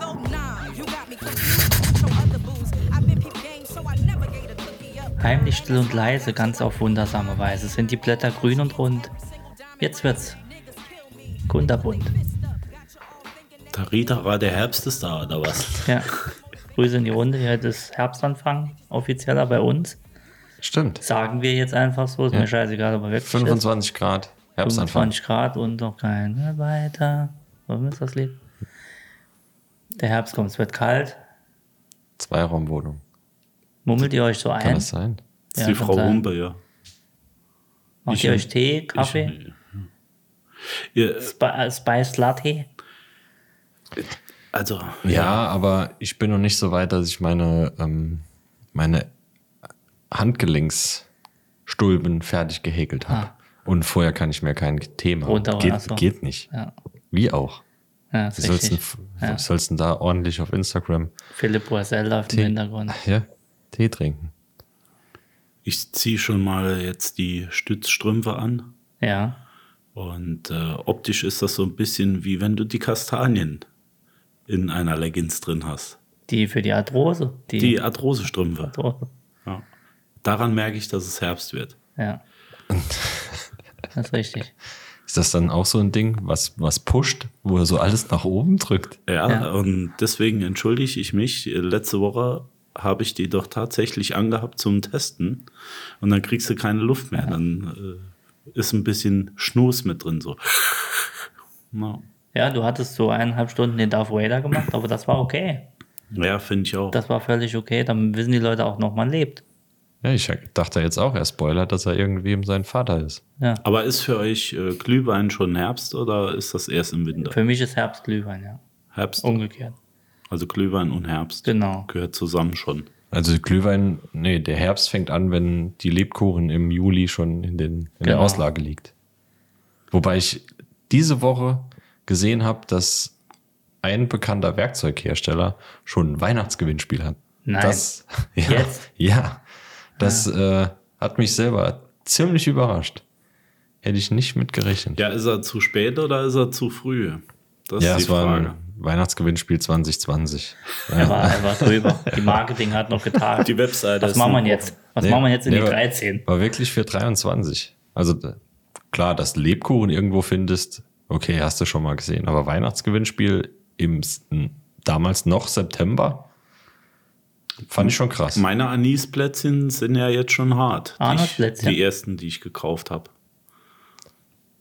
though? Nah, you got me confused with your other booze. I've been peep game, so I never gave a cookie up. Heimlich, still und leise, ganz auf wundersame Weise sind die Blätter grün und rund. Jetzt wird's kunterbunt. Taritara, der Herbst ist da, oder was? Ja. Grüße in die Runde. Hier ist Herbstanfang, offizieller bei uns. Stimmt. Sagen wir jetzt einfach so, ist Ja. mir scheißegal, aber wirklich. 25 Grad. Herbstanfang. 25 Grad und noch kein weiter. Warum ist das Lied? Der Herbst kommt, es wird kalt. Zweiraumwohnung. Mummelt ihr euch so Kann ein? das sein? Das ist Ja, die kann Frau sein. Humpe, ja. Macht Ich- ihr euch Tee, Kaffee, Ihr, Spi äh, Spice Latte? also, Ja, aber ich bin noch nicht so weit, dass ich meine, ähm, meine Handgelenksstulben fertig gehäkelt habe. Und vorher kann ich mir kein Tee machen. Ah. Runter, ach geht, so. geht nicht. Ja, Wie auch. ja das Du ist sollst, richtig. ja. Ja. sollst denn da ordentlich auf Instagram Philipp Boisel läuft im Tee- Hintergrund. ja, Tee trinken. ich ziehe schon mal jetzt die Stützstrümpfe an. Ja, Und äh, optisch ist das so ein bisschen wie wenn du die Kastanien in einer Leggings drin hast. die für die Arthrose. Die, Die Arthrosestrümpfe. Arthrose. Ja. Daran merke ich, dass es Herbst wird. Ja. Das ist richtig. Ist das dann auch so ein Ding, was, was pusht, wo er so alles nach oben drückt? Ja, Ja. und deswegen entschuldige ich mich. Letzte Woche habe ich die doch tatsächlich angehabt zum Testen und dann kriegst du keine Luft mehr. Dann äh, ist ein bisschen Schnus mit drin so. Na, Ja, du hattest so eineinhalb Stunden den Darth Vader gemacht, aber das war okay. ja, finde ich auch. Das war völlig okay. Dann wissen die Leute auch noch, man lebt. Ja, ich dachte jetzt auch, er spoilert, dass er irgendwie eben sein Vater ist. Ja. Aber ist für euch äh, Glühwein schon Herbst oder ist das erst im Winter? Für mich ist Herbst Glühwein, ja. Herbst, Umgekehrt. also Glühwein und Herbst Um Genau. gehört zusammen schon. Also Glühwein, nee, der Herbst fängt an, wenn die Lebkuchen im Juli schon in, den, in der Genau. Auslage liegt. Wobei ich diese Woche gesehen habe, dass ein bekannter Werkzeughersteller schon ein Weihnachtsgewinnspiel hat. Nein. Das, ja, Jetzt? Ah. ja, das Äh, hat mich selber ziemlich überrascht. Hätte ich nicht mitgerechnet. Ja, ist er zu spät oder ist er zu früh? Das Ja, ist es die war Frage. ein Weihnachtsgewinnspiel 2020. Er war, er war drüber. Die Marketing hat noch getan. Die Webseite Was ist machen wir noch jetzt? offen. Was Nee, machen wir jetzt in nee, die war- 13? War wirklich für 23. Also d- klar, dass du Lebkuchen irgendwo findest, okay, hast du schon mal gesehen. Aber Weihnachtsgewinnspiel im s- n- damals noch September fand ich schon krass. Meine Anisplätzchen sind ja jetzt schon hart. Die ich- Arnoldsplätzchen. Die ersten, die ich gekauft habe.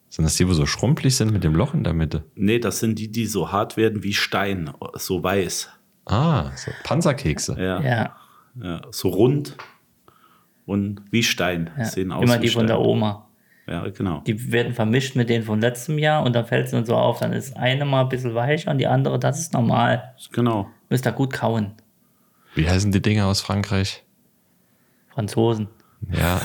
sind das die, wo so schrumpelig sind mit dem Loch in der Mitte? Nee, das sind die, die so hart werden wie Stein, so weiß. Ah, so Panzerkekse. Ja, ja. Ja, so rund und wie Stein. ja. Sehen aus immer wie die Stein. von der Oma. Ja, genau. Die werden vermischt mit denen von letztem Jahr und dann fällt es uns so auf, dann ist eine mal ein bisschen weicher und die andere, das ist normal. genau. Müsst ihr gut kauen. Wie heißen die Dinger aus Frankreich? Franzosen. Ja,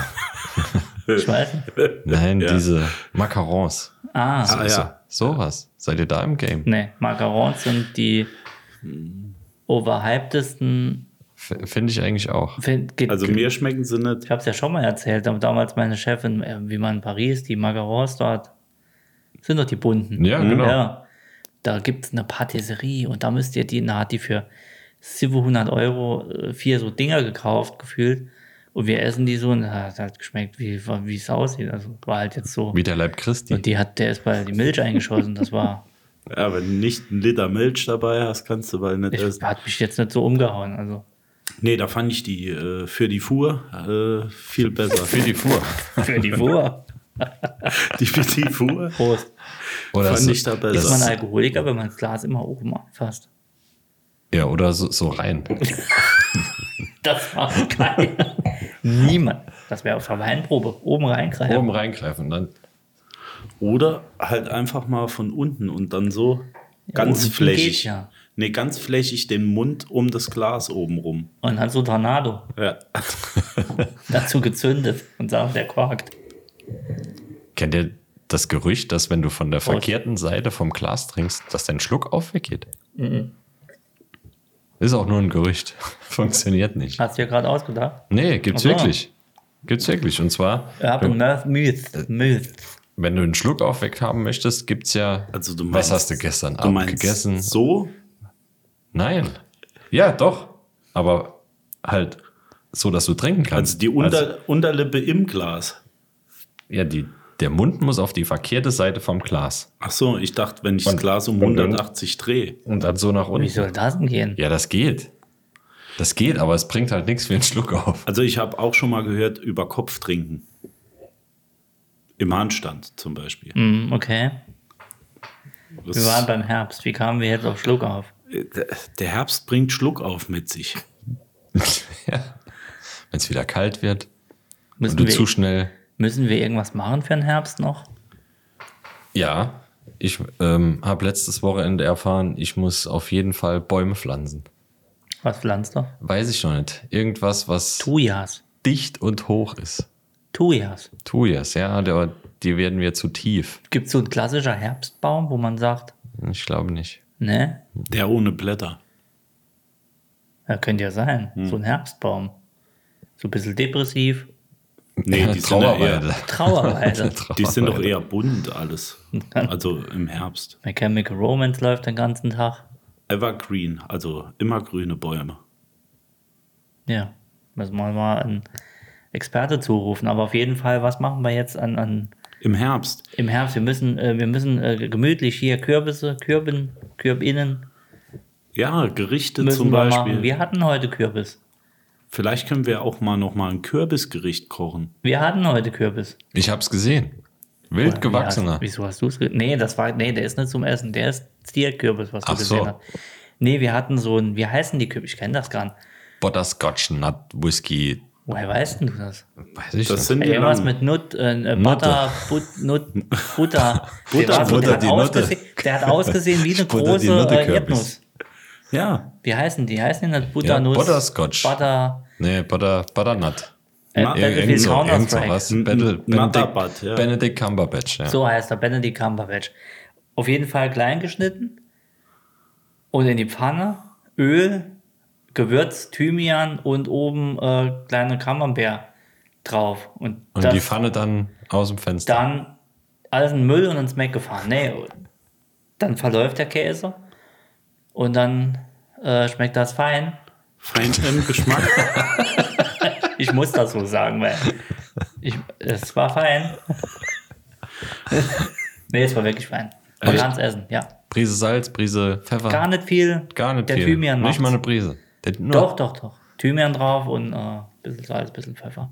Ich weiß nicht. nein, Ja. diese Macarons. Also, Ah, Ah, ja. Sowas. Seid ihr da im Game? ne, Macarons sind die overhyptesten. F- Finde ich eigentlich auch. Find- ge- Also ge- mir schmecken sie nicht. Ich habe es ja schon mal erzählt, aber damals meine Chefin, äh, wie man in Paris, die Magarons dort, sind doch die bunten. Mhm. Ja, genau. Ja. Da gibt es eine Patisserie und da müsst ihr die, na, hat die für 700 Euro äh, vier so Dinger gekauft, gefühlt. Und wir essen die so und hat halt geschmeckt, wie wie es aussieht. Also war halt jetzt so. Wie der Leib Christi. Und die hat, der ist bei die Milch eingeschossen, das war, Ja, wenn du nicht einen Liter Milch dabei hast, kannst du bald nicht ich, essen. hat mich jetzt nicht so umgehauen. Also Nee, da fand ich die äh, für die Fuhr äh, viel besser. Für die Fuhr. für die Wurst. die, für die Fuhr Prost. Oder fand so- ich da Ist man besser. Alkoholiker, wenn man das Glas immer oben anfasst? Ja, oder so, so rein. Das macht keiner. Niemand. Das wäre auf der Weinprobe. Oben reingreifen. Oben reingreifen und dann. Oder halt einfach mal von unten und dann so ganz unten flächig. geht ja. nee, ganz flächig den Mund um das Glas oben rum. Und hat so Tornado Ja. dazu gezündet und sagt, der quakt. Kennt ihr das Gerücht, dass wenn du von der verkehrten Seite vom Glas trinkst, dass dein Schluck auf weggeht? Mhm. Ist auch nur ein Gerücht. Funktioniert nicht. Hast du ja gerade ausgedacht. Nee, gibt's Ach so. wirklich. Gibt's wirklich. Und zwar, Ich hab Myth, Myth, Myth. wenn du einen Schluck auf weg haben möchtest, gibt's ja. Also du was meinst- hast du gestern Du Abend meinst gegessen? so? Nein. Ja, doch. Aber halt so, dass du trinken kannst. Also die Unter Unterlippe im Glas. ja, die, der Mund muss auf die verkehrte Seite vom Glas. Ach so, ich dachte, wenn ich das Und- Glas um und- 180 drehe. Und dann so nach Wie unten. soll das denn gehen? Ja, das geht. Das geht, aber es bringt halt nichts für einen Schluck auf. Also ich habe auch schon mal gehört, über Kopf trinken. Im Handstand zum Beispiel. Hm, okay. Das- äh, Wir waren beim Herbst. Wie kamen wir jetzt auf Schluck auf? der Herbst bringt Schluck auf mit sich. ja. Wenn es wieder kalt wird und Müssen du zu wir, schnell. müssen wir irgendwas machen für den Herbst noch? Ja, ich ähm, habe letztes Wochenende erfahren, ich muss auf jeden Fall Bäume pflanzen. Was pflanzt du? Weiß ich noch nicht. Irgendwas, was Tujas. dicht und hoch ist. Tujas. Tu es, ja, aber die werden wir zu tief. Gibt es so einen klassischer Herbstbaum, wo man sagt, Ich glaube nicht. ne? Der ohne Blätter. Ja, könnte ja sein. Hm. So ein Herbstbaum. So ein bisschen depressiv. Nee, die sind, ja eher, Trauerweise. die sind doch eher bunt alles. Dann- Also im Herbst. My Chemical Romance läuft den ganzen Tag. Evergreen, also immer grüne Bäume. Ja, müssen wir mal einen Experte zurufen. Aber auf jeden Fall, was machen wir jetzt an, an Im Herbst. im Herbst? Wir müssen, äh, wir müssen äh, gemütlich hier Kürbisse, Kürben, Kürbinnen Ja, Gerichte müssen zum wir machen. Beispiel. Wir hatten heute Kürbis. Vielleicht können wir auch mal noch mal ein Kürbisgericht kochen. Wir hatten heute Kürbis. Ich hab's gesehen. Wild Ja, gewachsener. wieso hast du es? Nee, das war, nee, der ist nicht zum Essen. Der ist Stierkürbis, was du Ach gesehen so. hast. Nee, wir hatten so ein, wie heißen die Kürbis? Ich kenne das gar nicht. Butterscotch Nut Whisky. Woher weißt denn du das? Weiß ich Das nicht. sind Ey, wir irgendwas lange. mit Nut, äh, äh, Nutte. Butter, But, Nut, Butter. Der Butter, war so- Butter, der, hat die Nutte. ausgesehen, der hat ausgesehen wie eine Butter, große die äh, Nutte-Kürbis. Erdnuss. Ja, Wie heißen die? Heißen die nicht Butternuss? Butterscotch. Butter. Nee, Butter, Butternut. Äh, Na, Irgend, irgend Battlefield so, irgend so Counter-Strike. was. Battle, Nutterbud, Benedict, ja. Benedict Cumberbatch. Ja. So heißt er, Benedict Cumberbatch. Auf jeden Fall klein geschnitten und in die Pfanne Öl, Gewürz, Thymian und oben äh, kleine Camembert drauf. Und, Und das die Pfanne dann aus dem Fenster. dann alles in den Müll und ins Mac gefahren. Nee, dann verläuft der Käse und dann äh, schmeckt das fein. fein im Geschmack. Ich muss das so sagen, weil ich, es war fein. nee, es war wirklich fein. Man Echt? kann es essen, ja. Prise Salz, Prise Pfeffer. Gar nicht viel. Gar nicht Der viel. Thymian Nicht macht's. mal eine Prise. Der, nur Doch, doch, doch. Thymian drauf und äh, bisschen Salz, bisschen Pfeffer.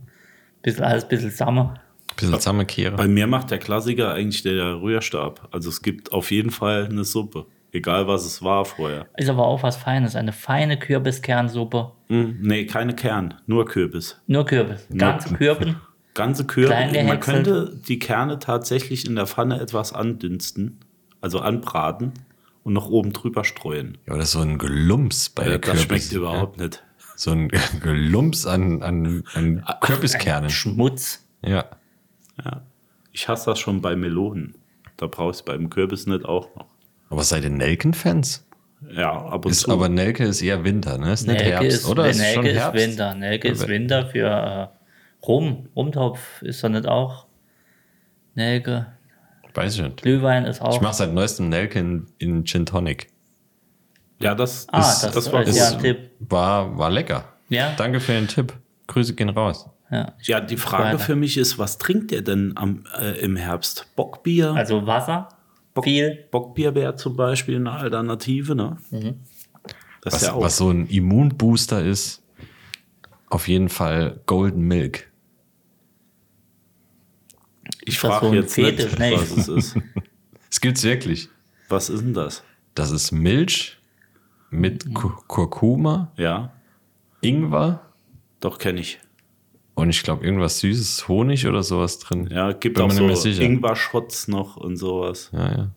Bisschen alles, bisschen Samme. Ein bisschen Zusammenkehre. Bei mir macht der Klassiker eigentlich der Rührstab. Also es gibt auf jeden Fall eine Suppe. Egal was es war vorher. Ist aber auch was Feines. Eine feine Kürbiskernsuppe. Hm, nee, keine Kern, nur Kürbis. Nur Kürbis. Ganze Kürben. Ganze Klein Kürbis. gehäckselt. Man könnte die Kerne tatsächlich in der Pfanne etwas andünsten, also anbraten und noch oben drüber streuen. Äh, Ja, oder so ein Gelumps bei der Das Kürbis. schmeckt überhaupt nicht. Ja. So ein Gelumps an, an, an Ah, Kürbiskernen. Schmutz. Ja. Ich hasse das schon bei Melonen. Da brauchst du beim Kürbis nicht auch noch. Aber seid ihr Nelken-Fans? Ja, ab und Ist, zu. aber Nelke ist eher Winter, ne? Ist nicht Nelke Herbst, ist, oder? Nelke ist schon ist Herbst. Winter. Nelke ist Winter für äh, Rum. Rumtopf ist doch nicht auch. Nelke. Weiß ich nicht. Glühwein ist auch. Ich mache seit neuestem Nelke in, in Gin Tonic. ja, das, ah, das, das, das, war ist gut. ja Ja, ein Tipp. War, war lecker. Ja. Danke für den Tipp. Grüße gehen raus. Ja. die Frage für mich ist, was trinkt ihr denn am, äh, im Herbst? Bockbier? Also Wasser. Bock, viel. Mhm. Bockbier wäre zum Beispiel eine Alternative, ne? Das Was, ist ja auch. was so ein Immunbooster ist, auf jeden Fall Golden Milk. ich das frage so ein jetzt Fetisch? nicht, Nee. was es ist. Das gibt's wirklich. Was ist denn das? Das ist Milch Mhm. mit Ku- Kurkuma, Ja, Ingwer doch kenne ich. und ich glaube irgendwas Süßes, Honig oder sowas drin. Ja, gibt Bin auch mir nicht mehr so sicher. Ingwer-Shots noch und sowas. Ja, ja.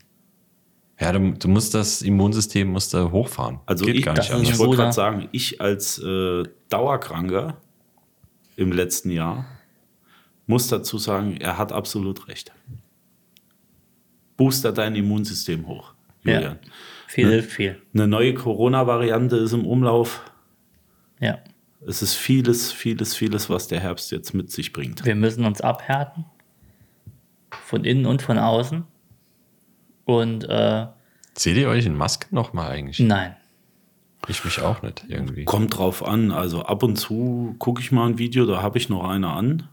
Ja, du, du musst das Immunsystem musst du hochfahren. Also Geht ich, gar nicht das ist ich anders. so- wollte Bruder. gerade sagen, ich als äh, Dauerkranker im letzten Jahr muss dazu sagen, er hat absolut recht. Booster dein Immunsystem hoch, Ja. Julian. Viel hilft viel. Eine neue Corona-Variante ist im Umlauf. Ja. Es ist vieles, vieles, vieles, was der Herbst jetzt mit sich bringt. Wir müssen uns abhärten. Von innen und von außen. Und äh, Seht ihr euch in Masken nochmal eigentlich? nein. Ich mich auch nicht irgendwie. Kommt drauf an. Also ab und zu gucke ich mal ein Video, da habe ich noch eine an.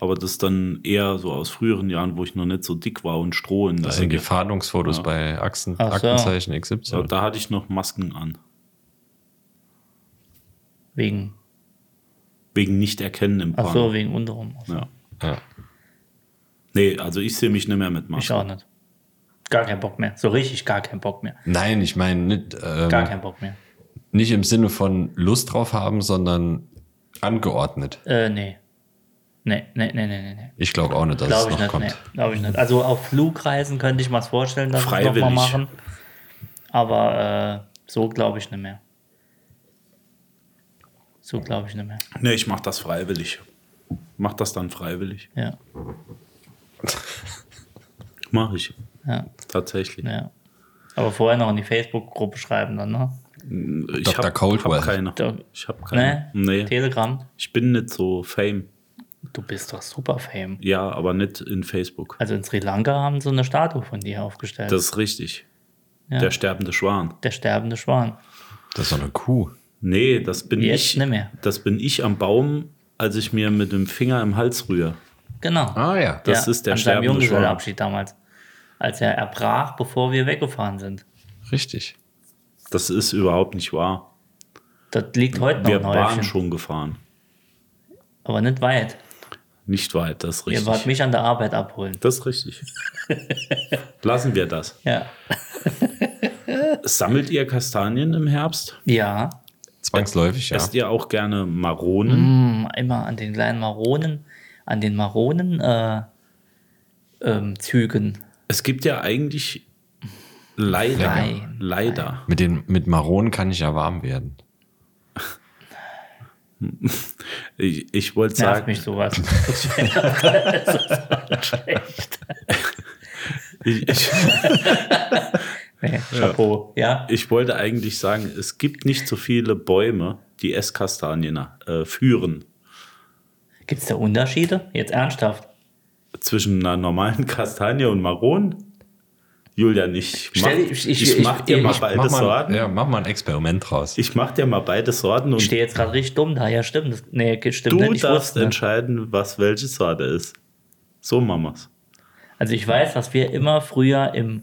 Aber das ist dann eher so aus früheren Jahren, wo ich noch nicht so dick war und Stroh in der Das sind die Ecke. Fahndungsfotos bei Achsen, Ach so. Aktenzeichen XY. So, da hatte ich noch Masken an. Wegen, Wegen Nicht-Erkennen im ach Porno. so, wegen unteren. ja. ja. Nee, also ich sehe mich nicht mehr mit Ich Masken. auch nicht. Gar keinen Bock mehr. So richtig gar keinen Bock mehr. Nein, ich meine nicht, Gar ähm, keinen Bock mehr. nicht im Sinne von Lust drauf haben, sondern angeordnet. Äh, nee. Nee, nee, nee, nee, nee, nee. Ich glaube auch nicht, dass Glaube es ich noch nicht, kommt. nee. Glaube ich nicht. Also auf Flugreisen könnte ich mir das vorstellen, dass wir es nochmal Freiwillig. machen. Aber äh, so glaube ich nicht mehr. So glaube ich nicht mehr. Nee, ich mache das freiwillig. Mach das dann freiwillig. Ja, Mache ich. ja, Tatsächlich. ja. Aber vorher noch in die Facebook-Gruppe schreiben dann, ne? Ich Dr. hab- Coldwell. Hab keine. Doch. Ich habe keine. Nee. ne? Telegram. Ich bin nicht so fame. Du bist doch super fame. Ja, aber nicht in Facebook. Also in Sri Lanka haben sie eine Statue von dir aufgestellt. Das ist richtig. ja, Der der, sterbende Schwan. sterbende Schwan. Das ist doch eine Kuh. Nee, das bin Jetzt ich. nicht mehr. Das bin ich am Baum, als ich mir mit dem Finger im Hals rühre. Genau. Ah ja. Das ist der an seinem sterbende Junggesellenabschied damals. Als er erbrach, bevor wir weggefahren sind. Richtig. Das ist überhaupt nicht wahr. Das liegt heute noch Wir ein waren Häufchen. schon gefahren. Aber nicht weit. Nicht weit, das ist Ihr wart richtig. mich an der Arbeit abholen. Das ist richtig. Lassen wir das. Ja. Sammelt ihr Kastanien im Herbst? Ja. Zwangsläufig, ja. Esst ihr auch gerne Maronen? Hm, Immer an den kleinen Maronen, an den Maronen äh, ähm, Zügen. Es gibt ja eigentlich leider, Nein, leider. Mit, den, mit Maronen kann ich ja warm werden. Ich, ich wollte Nervt sagen, mich sowas. das ist schlecht. ich, ich, Nee, Chapeau. Ja. ich wollte eigentlich sagen, es gibt nicht so viele Bäume, die Esskastanien äh, führen. Gibt es da Unterschiede? Jetzt ernsthaft. zwischen einer normalen Kastanie und Maronen? Julian, ich mach, Stell- ich, ich- ich- mach dir ich- mal ich- beide mach, mal, Sorten. ja, mach mal ein Experiment draus. Ich mach dir mal beide Sorten Ich und stehe jetzt gerade richtig dumm da. Ja, stimmt. Das, nee, stimmt du nicht. Ich darfst wusste nicht. entscheiden, was welche Sorte ist. So Mamas. Also ich weiß, dass wir immer früher im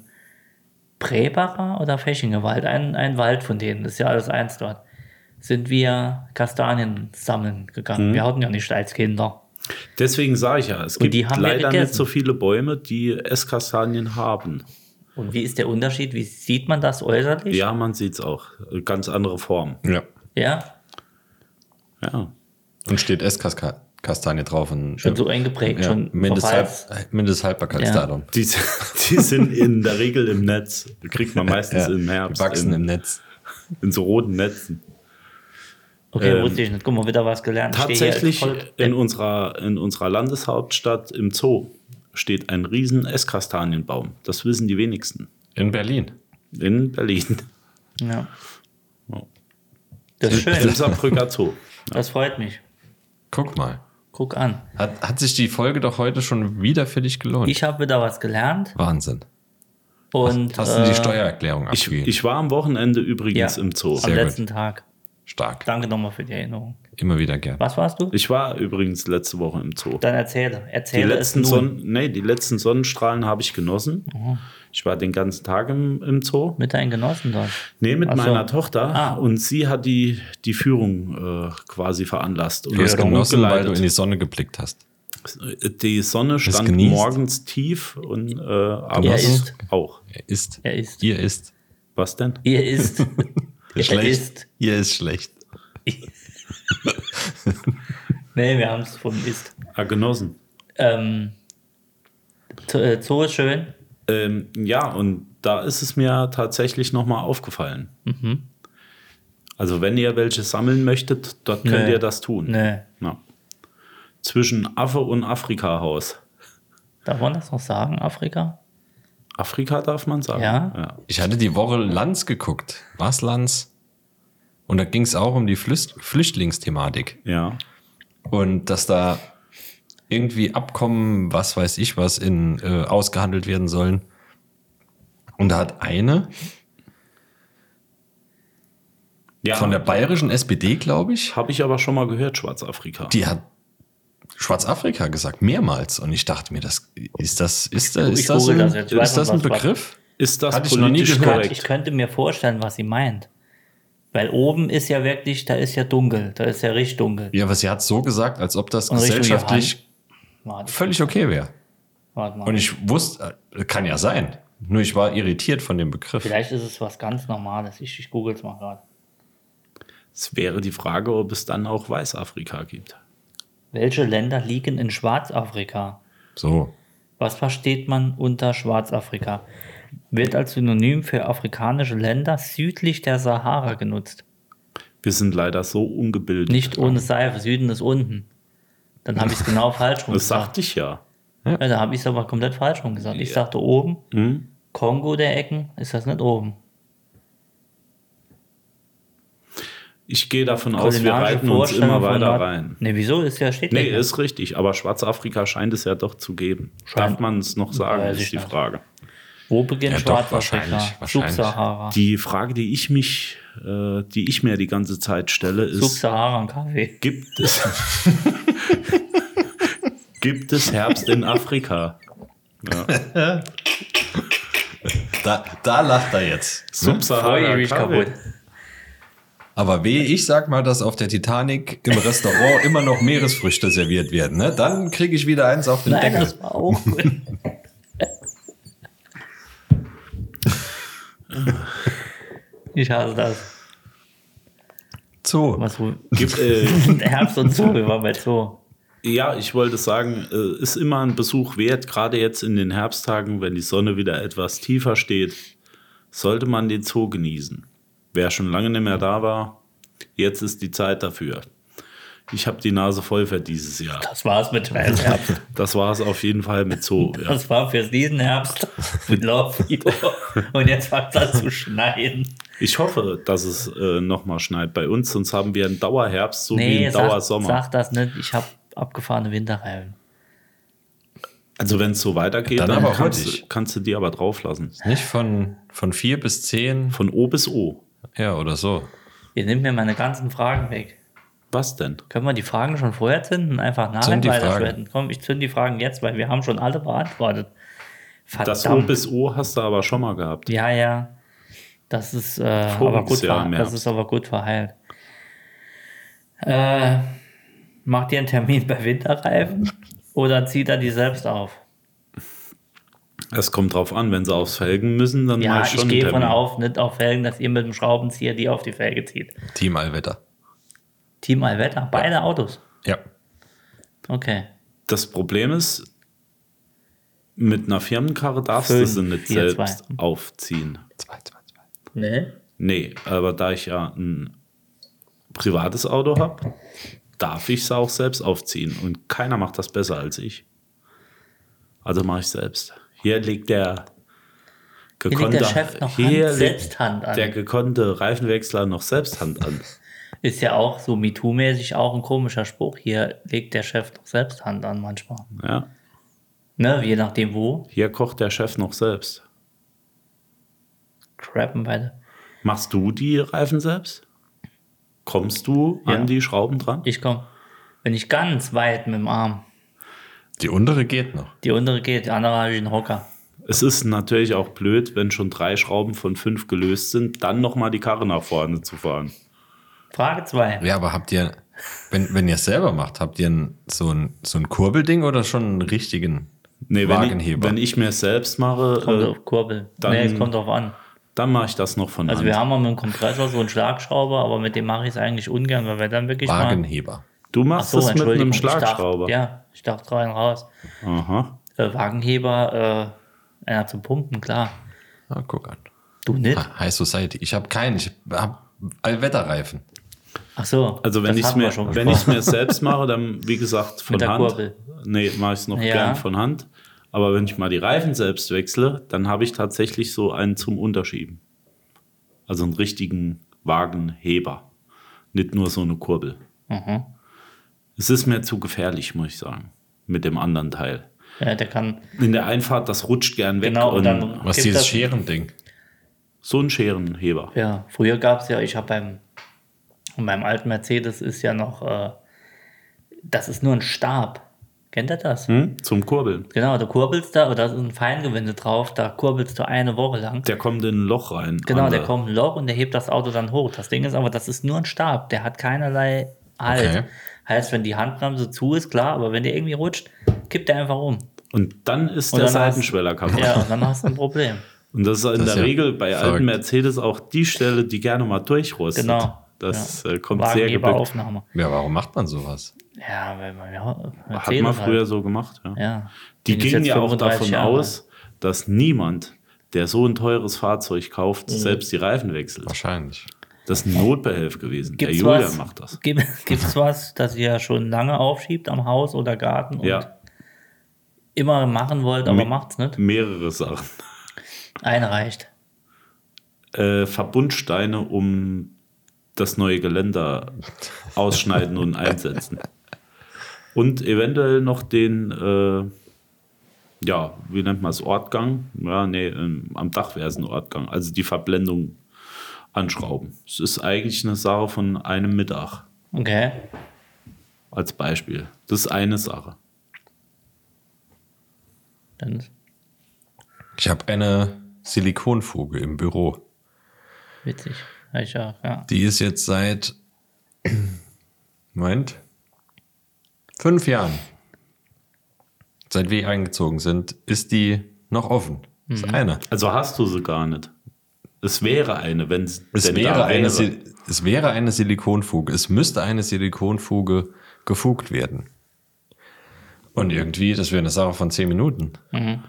Präbacher oder Fächinger Wald, ein, ein Wald von denen, das ist ja alles eins dort, sind wir Kastanien sammeln gegangen. Wir hatten ja nicht als Kinder. Deswegen sage ich ja, es Und gibt die haben wir leider gegessen. nicht so viele Bäume, die Esskastanien haben. Und wie ist der Unterschied? Wie sieht man das äußerlich? Ja, man sieht es auch. Ganz andere Form. Ja. Ja? Ja. Und steht Esskastanie drauf. Und, Schon so eingeprägt, schon verfalls- Mindesthalb, Mindesthaltbarkeitsdatum. Die, die sind in der Regel im Netz. Kriegt man meistens Ja. im Herbst. Die wachsen in, im Netz. in so roten Netzen. Okay, Ähm, wusste ich nicht. Guck mal, wieder was gelernt. Ich stehe hier als Tatsächlich äh, voll- in unserer, in unserer Landeshauptstadt im Zoo steht ein riesen Esskastanienbaum. Das wissen die wenigsten. In Berlin. In Berlin, ja. Wow. Das ist im schön. Saarbrücker Zoo. Das freut mich. Guck mal. Guck an. Hat, hat sich die Folge doch heute schon wieder für dich gelohnt. Ich habe wieder was gelernt. Wahnsinn. Und Hast du äh, die Steuererklärung Ich, abgegeben? ich war am Wochenende übrigens Ja. im Zoo. am Sehr gut. letzten Tag. Stark. Danke nochmal für die Erinnerung. Immer wieder gern. Was warst du? Ich war übrigens letzte Woche im Zoo. Dann erzähle. Die Erzähle es letzten, nun. Oh. Sonnen, nee, die letzten Sonnenstrahlen habe ich genossen. Ich war den ganzen Tag im, im Zoo. Mit deinen Genossen dort. Nee, mit Ach so. meiner Tochter. Ah. Und sie hat die, die Führung äh, quasi veranlasst. Und Du hast und genossen, weil du geleitet. in die Sonne geblickt hast. Die Sonne stand genießt. morgens tief und äh, Er abends isst. auch. Er ist. Er isst. Ihr ist. Was denn? Ihr ist. schlecht. isst. Ihr ist schlecht. nee, wir haben es vom Ist. Ah, genossen. Ähm, T- äh, Zoo ist schön. Ähm, ja, und da ist es mir tatsächlich nochmal aufgefallen. Mhm. Also, wenn ihr welche sammeln möchtet, dort könnt Nee. ihr das tun. Ne, Ja. Zwischen Affe und Afrika-Haus. darf man das noch sagen, Afrika? Afrika darf man sagen. Ja. Ich hatte die Woche Lanz geguckt. Was Lanz? Und da ging es auch um die Flüst Flüchtlingsthematik. Ja. Und dass da irgendwie Abkommen, was weiß ich was, in, äh, ausgehandelt werden sollen. Und da hat eine ja. von der bayerischen SPD, glaube ich, Habe ich aber schon mal gehört, Schwarzafrika. die hat Schwarzafrika gesagt, mehrmals. Und ich dachte mir, das ist das, ist, da- Ich ist das, google ein, das jetzt. Ich weiß ist das nicht, ein was- Begriff? ist das Hatte ich noch nie politisch gehört. korrekt? Ich könnte mir vorstellen, was sie meint. Weil oben ist ja wirklich, da ist ja dunkel, da ist ja richtig dunkel. Ja, aber sie hat so gesagt, als ob das Und Richtung gesellschaftlich Warte, völlig okay wäre. warte mal. Und ich wusste, äh, kann ja sein. Nur ich war irritiert von dem Begriff. Vielleicht ist es was ganz Normales. Ich, ich google es mal gerade. Es wäre die Frage, ob es dann auch Weißafrika gibt. Welche Länder liegen in Schwarzafrika? So. Was versteht man unter Schwarzafrika? Wird als Synonym für afrikanische Länder südlich der Sahara genutzt. Wir sind leider so ungebildet. Nicht ohne Seife, Süden ist unten. Dann habe ich es genau falsch rum Das gesagt. sagte ich ja. Ja, da habe ich es aber komplett falsch rum gesagt. Ich sagte oben, Hm? Kongo der Ecken, ist das nicht oben. Ich gehe davon aus, wir Kulinarische reiten uns Vorstellung immer von weiter Nord- rein. Nee, wieso? Ist ja steht Nee, ja. ist richtig, aber Schwarzafrika scheint es ja doch zu geben. Schein- Darf man es noch sagen, Weiß ich ist die nicht. Frage. Wo beginnt Ja, doch, Schwarzafrika? wahrscheinlich, wahrscheinlich. Subsahara. Die Frage, die ich mich, äh, die ich mir die ganze Zeit stelle, ist: Subsahara und Kaffee. Gibt es, gibt es Herbst in Afrika? Da, da lacht er jetzt. Freue Subsahara. ich mich Kaffee. kaputt. Aber weh, ich sag mal, dass auf der Titanic im Restaurant immer noch Meeresfrüchte serviert werden. Ne? Dann kriege ich wieder eins auf den Nein, Deckel. das war auch gut. ich hasse das. So. Was wohl? Gibt, äh, Herbst und so, wir waren bei so. Ja, ich wollte sagen, äh, ist immer ein Besuch wert, gerade jetzt in den Herbsttagen, wenn die Sonne wieder etwas tiefer steht, sollte man den Zoo genießen. Wer schon lange nicht mehr da war, jetzt ist die Zeit dafür. Ich habe die Nase voll für dieses Jahr. Das war's mit scheiß Herbst. Das war es auf jeden Fall mit Zoo. Ja. Das war für diesen Herbst mit Love Fever. Und jetzt fängt das zu schneien. Ich hoffe, dass es äh, nochmal schneit bei uns, sonst haben wir einen Dauerherbst, so wie Nee, einen sag, Dauersommer. sag das nicht. Ich habe abgefahrene Winterreifen. Also wenn es so weitergeht, Dann dann, aber kannst, hurtig. du- kannst du die aber drauflassen. Nicht von, von vier bis zehn. Von O bis O. Ja, oder so. Ihr nehmt mir meine ganzen Fragen weg. Was denn? Können wir die Fragen schon vorher zünden und einfach nachher Zünd die weiterschalten? Komm, ich zünd die Fragen jetzt, weil wir haben schon alle beantwortet. Verdammt. Das O bis O hast du aber schon mal gehabt. Ja, ja. Das ist, äh, Voriges aber, gut Jahr ver- im das Herbst. ist aber gut verheilt. Äh, macht ihr einen Termin bei Winterreifen oder zieht er die selbst auf? Es kommt drauf an, wenn sie aufs Felgen müssen, dann Ja, mal ich schon gehe einen von Termin. auf, nicht auf Felgen, dass ihr mit dem Schraubenzieher die auf die Felge zieht. Team Allwetter. Team Allwetter, beide Autos. Ja. Okay. Das Problem ist, mit einer Firmenkarre darfst du Fünf, sie nicht vier, selbst zwei. aufziehen. Zwei, zwei, zwei. Ne? Nee, aber da ich ja ein privates Auto habe, darf ich sie auch selbst aufziehen. Und keiner macht das besser als ich. Also mache ich selbst. Hier liegt der Hier gekonnte, legt der Chef noch hier Hand, liegt Selbsthand an. der gekonnte Reifenwechsler noch selbst Hand an. Ist ja auch so MeToo-mäßig auch ein komischer Spruch. Hier legt der Chef doch selbst Hand an manchmal. Ja, Ne, je nachdem wo. hier kocht der Chef noch selbst. Crappen beide. Machst du die Reifen selbst? Kommst du Ja. an die Schrauben dran? Ich komm. Wenn ich ganz weit mit dem Arm, Die untere geht noch. die untere geht, die andere habe ich einen Hocker. Es ist natürlich auch blöd, wenn schon drei Schrauben von fünf gelöst sind, dann nochmal die Karre nach vorne zu fahren. Frage 2. Ja, aber habt ihr, wenn, wenn ihr es selber macht, habt ihr einen, so, ein, so ein Kurbelding oder schon einen richtigen Nee, wenn ich, Wagenheber? wenn ich mir selbst Kommt mache, äh, auf Kurbel. dann- nee, es kommt drauf an. dann mache ich das noch von Also Hand. wir haben mal mit dem Kompressor so einen Schlagschrauber, aber mit dem mache ich es eigentlich ungern, weil wir dann wirklich mal... Wagenheber. du Ach machst so, das mit Entschuldigung. einem ich dachte- Schlagschrauber. Ja, ich dachte rein raus. Aha. Äh, Wagenheber Einer zum Pumpen, klar. Ah, guck an. Du nicht? Ah, High Society. Ich habe keinen. Ich habe Allwetterreifen. Ach so. Also wenn das ich es hatten wir mir, schon wenn ich's besprochen. mir selbst mache, dann wie gesagt von Mit der Hand. Kurbel. Nee, mache ich es noch Ja. gern von Hand. Aber wenn ich mal die Reifen selbst wechsle, dann habe ich tatsächlich so einen zum Unterschieben. Also einen richtigen Wagenheber. Nicht nur so eine Kurbel. Mhm. Es ist mir zu gefährlich, muss ich sagen, mit dem anderen Teil. Ja, der kann. In der Einfahrt, das rutscht gern weg. Genau, und und dann- Was Gibt dieses das- Scherending? so ein Scherenheber. Ja, früher gab es ja, ich habe beim, beim alten Mercedes ist ja noch, äh, das ist nur ein Stab. Kennt ihr das? Hm? Zum Kurbeln. Genau, du kurbelst da, oder da ist ein Feingewinde drauf, da kurbelst du eine Woche lang. Der kommt in ein Loch rein. Äh, Genau, an der kommt ein Loch und der hebt das Auto dann hoch. Das Ding ist aber, das ist nur ein Stab, der hat keinerlei Halt. Okay. Heißt, wenn die Handbremse zu ist, klar, aber wenn der irgendwie rutscht, kippt der einfach um. Und dann ist Und der dann hast- Seitenschweller kaputt. Ja, und dann hast du ein Problem. Und das ist in Das ist der ja Regel bei alten verrückt. Mercedes auch die Stelle, die gerne mal durchrostet. Genau. Das ja. äh, kommt sehr gebückt. Wagenheberaufnahme. Ja, warum macht man sowas? Ja, weil man ja. Hat Mercedes man halt. früher so gemacht. Ja. Ja. Die Bin ich gingen jetzt ja auch 35 davon Jahre alt. aus, dass niemand, der so ein teures Fahrzeug kauft, Mhm. selbst die Reifen wechselt. Wahrscheinlich. Das ist ein Notbehelf gewesen. Gibt's der Julian was, macht das. Gibt, gibt's was, das ihr schon lange aufschiebt am Haus oder Garten und Ja, immer machen wollt, aber Mi- macht's nicht? mehrere Sachen. Eine reicht. Äh, Verbundsteine, um das neue Geländer ausschneiden und einsetzen. Und eventuell noch den, äh, ja, wie nennt man es, Ortgang? Ja, nee, ähm, am Dach wäre es ein Ortgang. Also die Verblendung anschrauben. Es ist eigentlich eine Sache von einem Mittag Okay. als Beispiel. Das ist eine Sache. Dann Ich habe eine Silikonfuge im Büro. witzig. Hab Ich auch, ja. Die ist jetzt seit, Moment, fünf Jahren. Seit wir eingezogen sind, ist die noch offen. Ist Mhm. eine. Also hast du sie gar nicht. Es wäre eine, wenn es Es denn da wäre, eine, Sil- es wäre eine Silikonfuge. Es müsste eine Silikonfuge gefugt werden. Und irgendwie, das wäre eine Sache von zehn Minuten.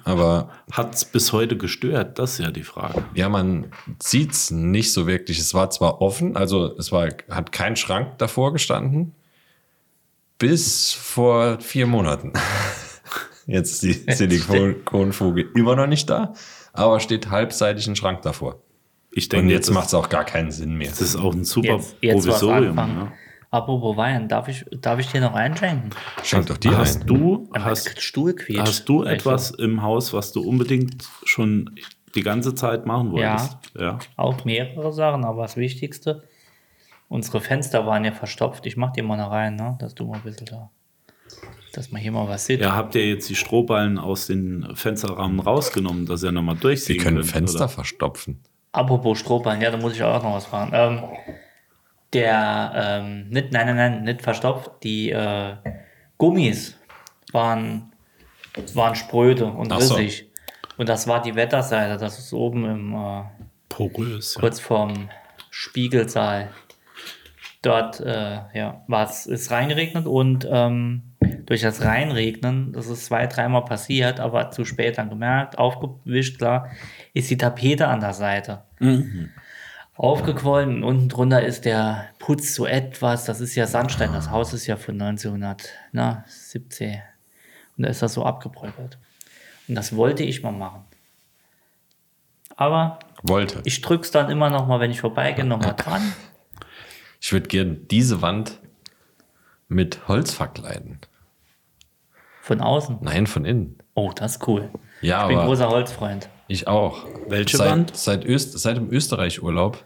Aber Hat es bis heute gestört? Das ist ja die Frage. ja, man sieht's nicht so wirklich. Es war zwar offen, also es war, hat kein Schrank davor gestanden. Bis vor vier Monaten. Jetzt ist die Silikonfuge immer noch nicht da, aber steht halbseitig ein Schrank davor. Ich Und denke, jetzt das- macht es auch gar keinen Sinn mehr. Das ist auch ein super Jetzt, jetzt was Provisorium. anfangen. Ne? Apropos Wein, darf ich, darf ich dir noch einschenken? Schenk doch die ein. Hast du, Mein hast, Stuhl quietscht. hast du Weißt etwas im Haus, was du unbedingt schon die ganze Zeit machen wolltest? Ja. Auch mehrere Sachen, aber das Wichtigste, unsere Fenster waren ja verstopft. Ich mach dir mal eine rein, ne? dass du mal ein bisschen da, dass man hier mal was sieht. ja. habt ihr jetzt die Strohballen aus den Fensterrahmen rausgenommen, dass ihr nochmal Die durchsehen können könnt, Fenster oder? verstopfen. Apropos Strohballen, ja, da muss ich auch noch was fragen. Ähm, der, ähm, nicht, nein, nein, nein, nicht verstopft, die äh, Gummis waren, waren spröde und Ach so. rissig. Und das war die Wetterseite, das ist oben im, äh, Porös. Ja. kurz vorm Spiegelsaal. Dort äh, ja, war es ist reingeregnet und ähm, durch das Reinregnen, das ist zwei, dreimal passiert, aber zu spät dann gemerkt, aufgewischt, klar, ist die Tapete an der Seite. Aufgequollen und unten drunter ist der Putz so etwas, das ist ja Sandstein, das Haus ist ja von 1917 und da ist das so abgebröckelt. Und das wollte ich mal machen. Aber Wollte. Ich, ich drück's dann immer noch mal, wenn ich vorbeigehe, noch mal dran. würde gerne diese Wand mit Holz verkleiden. Von außen. Nein, von innen. Oh, das ist cool. Ja, ich bin aber- großer Holzfreund. Ich auch. Welche seit, Wand? Seit, Öst, seit dem Österreich-Urlaub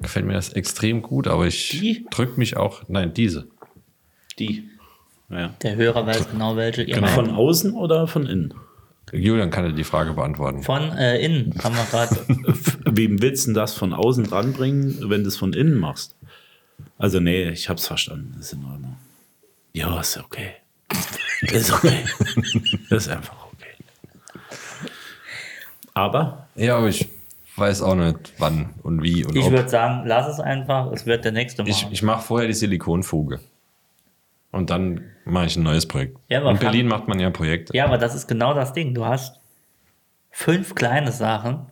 gefällt mir das extrem gut, aber ich Die? drücke mich auch. Nein, diese. Die. Ja. Der Hörer weiß genau welche. Ihr meint. Von außen oder von innen? Julian kann dir die Frage beantworten. Von äh, innen haben wir gerade. Wem willst du denn das von außen dranbringen, wenn du es von innen machst? Also, nee, ich hab's verstanden. Ist in Ordnung. Ja, ist okay. Ist okay. ist einfach okay. Aber Ja, aber ich weiß auch nicht, wann und wie und ich ob. würde sagen, lass es einfach. Es wird der nächste machen. Genau. Ich, ich mache vorher die Silikonfuge. Und dann mache ich ein neues Projekt. Ja, aber in fang- Berlin macht man ja Projekte. ja, aber das ist genau das Ding. Du hast fünf kleine Sachen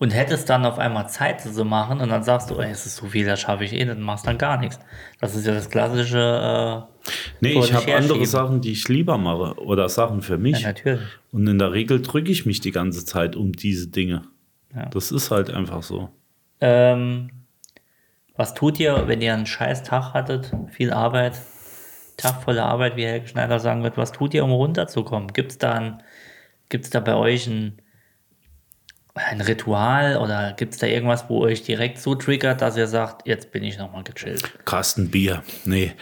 und hättest dann auf einmal Zeit, sie zu machen und dann sagst du, ey, es ist so viel, das schaffe ich eh, dann machst dann gar nichts. Das ist ja das klassische. Äh, Nee, vor ich sich habe andere herschieben. Sachen, die ich lieber mache oder Sachen für mich. Ja, natürlich. Und in der Regel drücke ich mich die ganze Zeit um diese Dinge. Ja. Das ist halt einfach so. Ähm, was tut ihr, wenn ihr einen scheiß Tag hattet, viel Arbeit, Tag voller Arbeit, wie Helge Schneider sagen wird, was tut ihr, um runterzukommen? Gibt es da, ein- gibt's da bei euch ein, ein Ritual oder gibt es da irgendwas, wo euch direkt so triggert, dass ihr sagt, jetzt bin ich nochmal gechillt? Carsten Bier. Nee.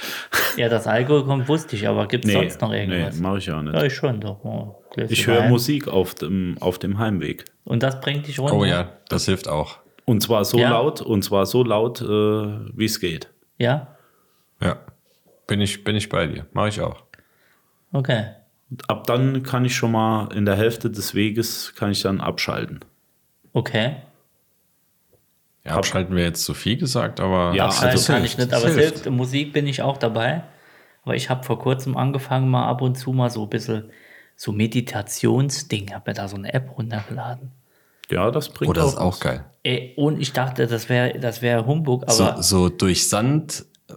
Ja, dass Alkohol kommt, wusste ich, aber gibt es sonst noch irgendwas? Nee, mache ich auch nicht. ja, ich schon doch. Oh, Gläschen ich höre Wein. Musik auf dem, auf dem Heimweg. Und ne? das bringt dich runter. Oh ja, das hilft auch. Und zwar so Ja. laut, und zwar so laut, äh, wie es geht. Ja? Ja. Bin ich, bin ich bei dir. Mache ich auch. Okay. Und ab dann kann ich schon mal in der Hälfte des Weges kann ich dann abschalten. Okay. Ja, abschalten wäre jetzt zu viel gesagt, aber Ja, Abschalten also es kann hilft, ich nicht, es aber es hilft. hilft. Musik bin ich auch dabei. Aber ich habe vor kurzem angefangen, mal ab und zu mal so ein bisschen so Meditationsding. Habe mir da so eine App runtergeladen. Ja, das bringt oder Oh, ist auch auch geil. Ey, und ich dachte, das wäre das wär Humbug, aber So, so durch Sand, äh,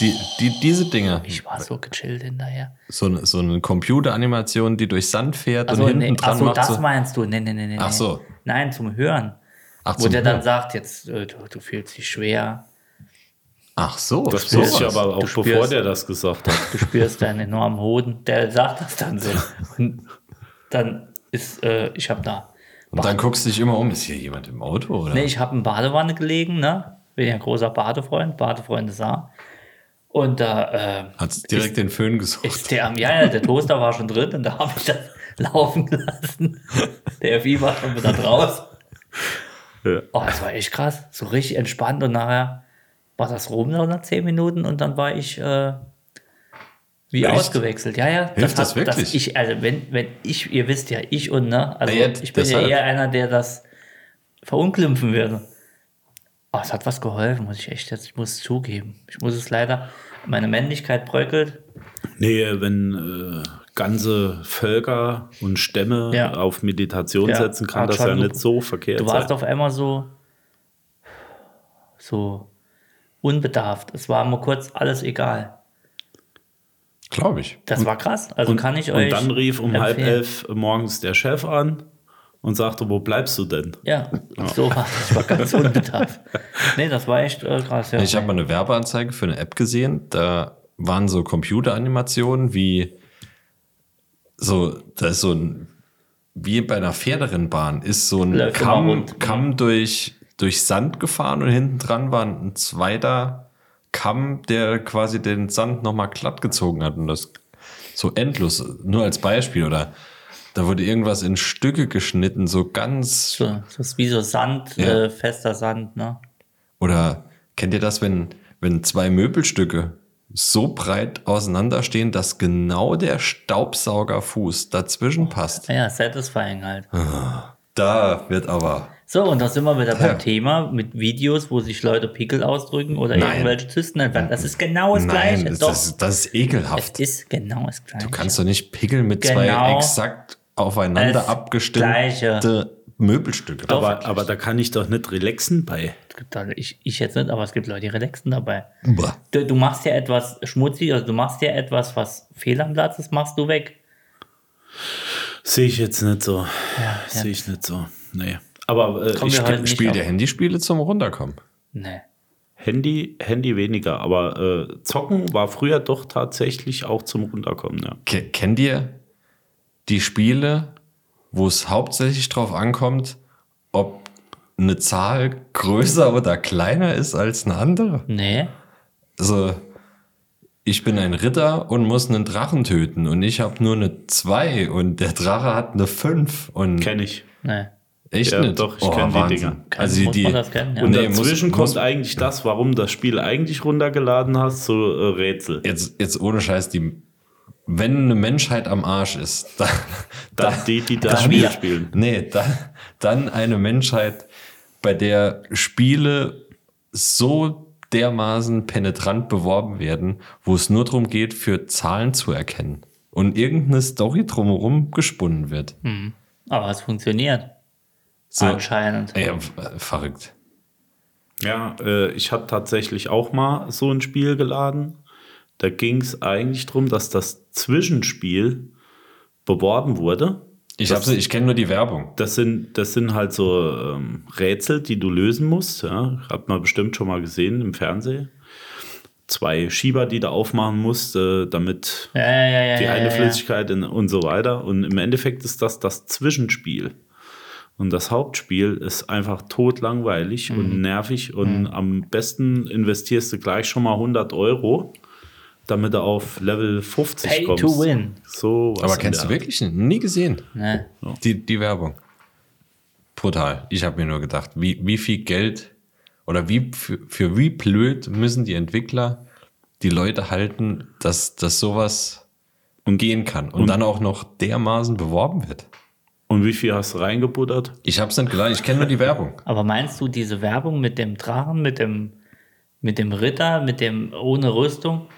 die, die, diese Dinge. ich war so gechillt hinterher. So, eine- so eine Computeranimation, die durch Sand fährt Also, und hinten nee, ach dran so, macht. das So, meinst du? Nee, nee, nee, nee. Ach nee. so. Nein, zum Hören. ach, Wo zum der dann Hören. sagt, jetzt, äh, du, du fühlst dich schwer, ach so, Das wusste ich sowas. aber auch, Du spürst- bevor der das gesagt hat. du spürst deinen enormen Hoden. Der sagt das dann so. Und dann ist, äh, ich habe da Und dann guckst du dich immer um, ist hier jemand im Auto? Oder? Nee, ich habe in Badewanne gelegen, ne? Bin ja ein großer Badefreund, Badefreunde sah. Und da äh, Hat direkt den Föhn gesucht. ist der am ja, ja, der Toaster war schon drin und da habe ich das laufen gelassen. Der FI war schon wieder draußen. Ja. Oh, das war echt krass. So richtig entspannt und nachher war das rum noch nach zehn Minuten und dann war ich äh, wie Echt? ausgewechselt. Ja, ja. Hilft das wirklich? ich, also wenn, wenn ich, ihr wisst ja, ich und ne, also Ja, ja, ich bin ja deshalb. eher einer, der das verunglimpfen würde. Oh, es hat was geholfen, muss ich echt jetzt, ich muss es zugeben. Ich muss es leider, meine Männlichkeit bröckelt. Nee, wenn äh, ganze Völker und Stämme Ja. auf Meditation Ja, setzen, kann hat das schon ja gut. nicht so verkehrt Du warst äh, sein. auf einmal so, so unbedarft. Es war mal kurz alles egal. Glaube ich. Das war krass. Also kann ich euch. und dann rief um halb empfehlen. elf morgens der Chef an und sagte, wo bleibst du denn? Ja, so war das. war ganz unbedarft. Nee, das war echt äh, krass. Ja. Ich habe mal eine Werbeanzeige für eine App gesehen. Da waren so Computeranimationen wie so, da ist so ein, wie bei einer Pferderennbahn, ist so ein Läuft immer Kamm, rund. Kamm durch, durch Sand gefahren und hinten dran war ein zweiter Kamm, der quasi den Sand nochmal glatt gezogen hat und das so endlos, nur als Beispiel oder da wurde irgendwas in Stücke geschnitten, so ganz so, das ist wie so Sand, Ja. äh, fester Sand, ne? Oder kennt ihr das, wenn, wenn zwei Möbelstücke so breit auseinanderstehen, dass genau der Staubsaugerfuß Oh, dazwischen passt? Ja, satisfying halt. Da wird aber. So, und da sind wir wieder beim Ja. Thema mit Videos, wo sich Leute Pickel ausdrücken oder Nein. irgendwelche Zysten entfernen. Das ist genau das Nein, Gleiche. das, Doch, das, das ist es ekelhaft. ist genau das Gleiche. du kannst doch nicht Pickel mit zwei Genau. exakt aufeinander Das abgestimmte Gleiche. Möbelstücke. Aber, aber da kann ich doch nicht relaxen bei. Es gibt da- ich, ich jetzt nicht, aber es gibt Leute, die relaxen dabei. Uah. Du, du machst ja etwas schmutzig, also du machst ja etwas, was fehl am Platz ist, machst du weg. Sehe ich jetzt nicht so. Sehe ich nicht so. Nee. Aber äh, Kommen ich wir heute nicht Spiel auf. der Handyspiele zum Runterkommen. Nee. Handy, Handy weniger, aber äh, zocken war früher doch tatsächlich auch zum Runterkommen, ja. Ke- Kennt ihr die Spiele, wo es hauptsächlich drauf ankommt, ob eine Zahl größer oder kleiner ist als eine andere? Nee. Also, ich bin ein Ritter und muss einen Drachen töten und ich habe nur eine 2 und der Drache hat eine 5 und Kenn ich. Nee. echt Ja, nicht. doch, ich kenn die Wahnsinn. Dinger. Also die, Muss man das kennen, ja. Und nee, dazwischen muss, kommt muss, eigentlich das, warum das Spiel eigentlich runtergeladen hast, zu äh, Rätsel. jetzt, jetzt ohne Scheiß, die, wenn eine Menschheit am Arsch ist, dann, Dann die, die das dann Spiel wir. spielen. Nee, dann, dann eine Menschheit, bei der Spiele so dermaßen penetrant beworben werden, wo es nur darum geht, für Zahlen zu erkennen. und irgendeine Story drumherum gesponnen wird. Aber es funktioniert. So, Anscheinend. Ey, f- äh, verrückt. Ja, äh, ich habe tatsächlich auch mal so ein Spiel geladen. Da ging es eigentlich darum, dass das Zwischenspiel beworben wurde. Ich, Das- hab's- ich kenne nur die Werbung. Das sind, das sind halt so ähm, Rätsel, die du lösen musst. Ja. Hat man bestimmt schon mal gesehen im Fernsehen. Zwei Schieber, die du aufmachen musst, äh, damit Ja, ja, ja, ja. die ja, eine ja, Flüssigkeit in, und so weiter. Und im Endeffekt ist das das Zwischenspiel. Und das Hauptspiel ist einfach totlangweilig Mhm. und nervig. Und am besten investierst du gleich schon mal 100 Euro, damit du auf Level 50 Pay kommst. to win. So was Aber in kennst du der wirklich? nicht? Nie gesehen. ja. Ne? Die, die Werbung. Brutal. Ich habe mir nur gedacht, wie, wie viel Geld oder wie für, für wie blöd müssen die Entwickler die Leute halten, dass, dass sowas gehen kann und, dann auch noch dermaßen beworben wird. Und wie viel hast du reingebuttert? Ich habe es nicht geladen, ich kenne nur die Werbung. Aber meinst du, diese Werbung mit dem Drachen, mit dem, mit dem Ritter, mit dem ohne Rüstung,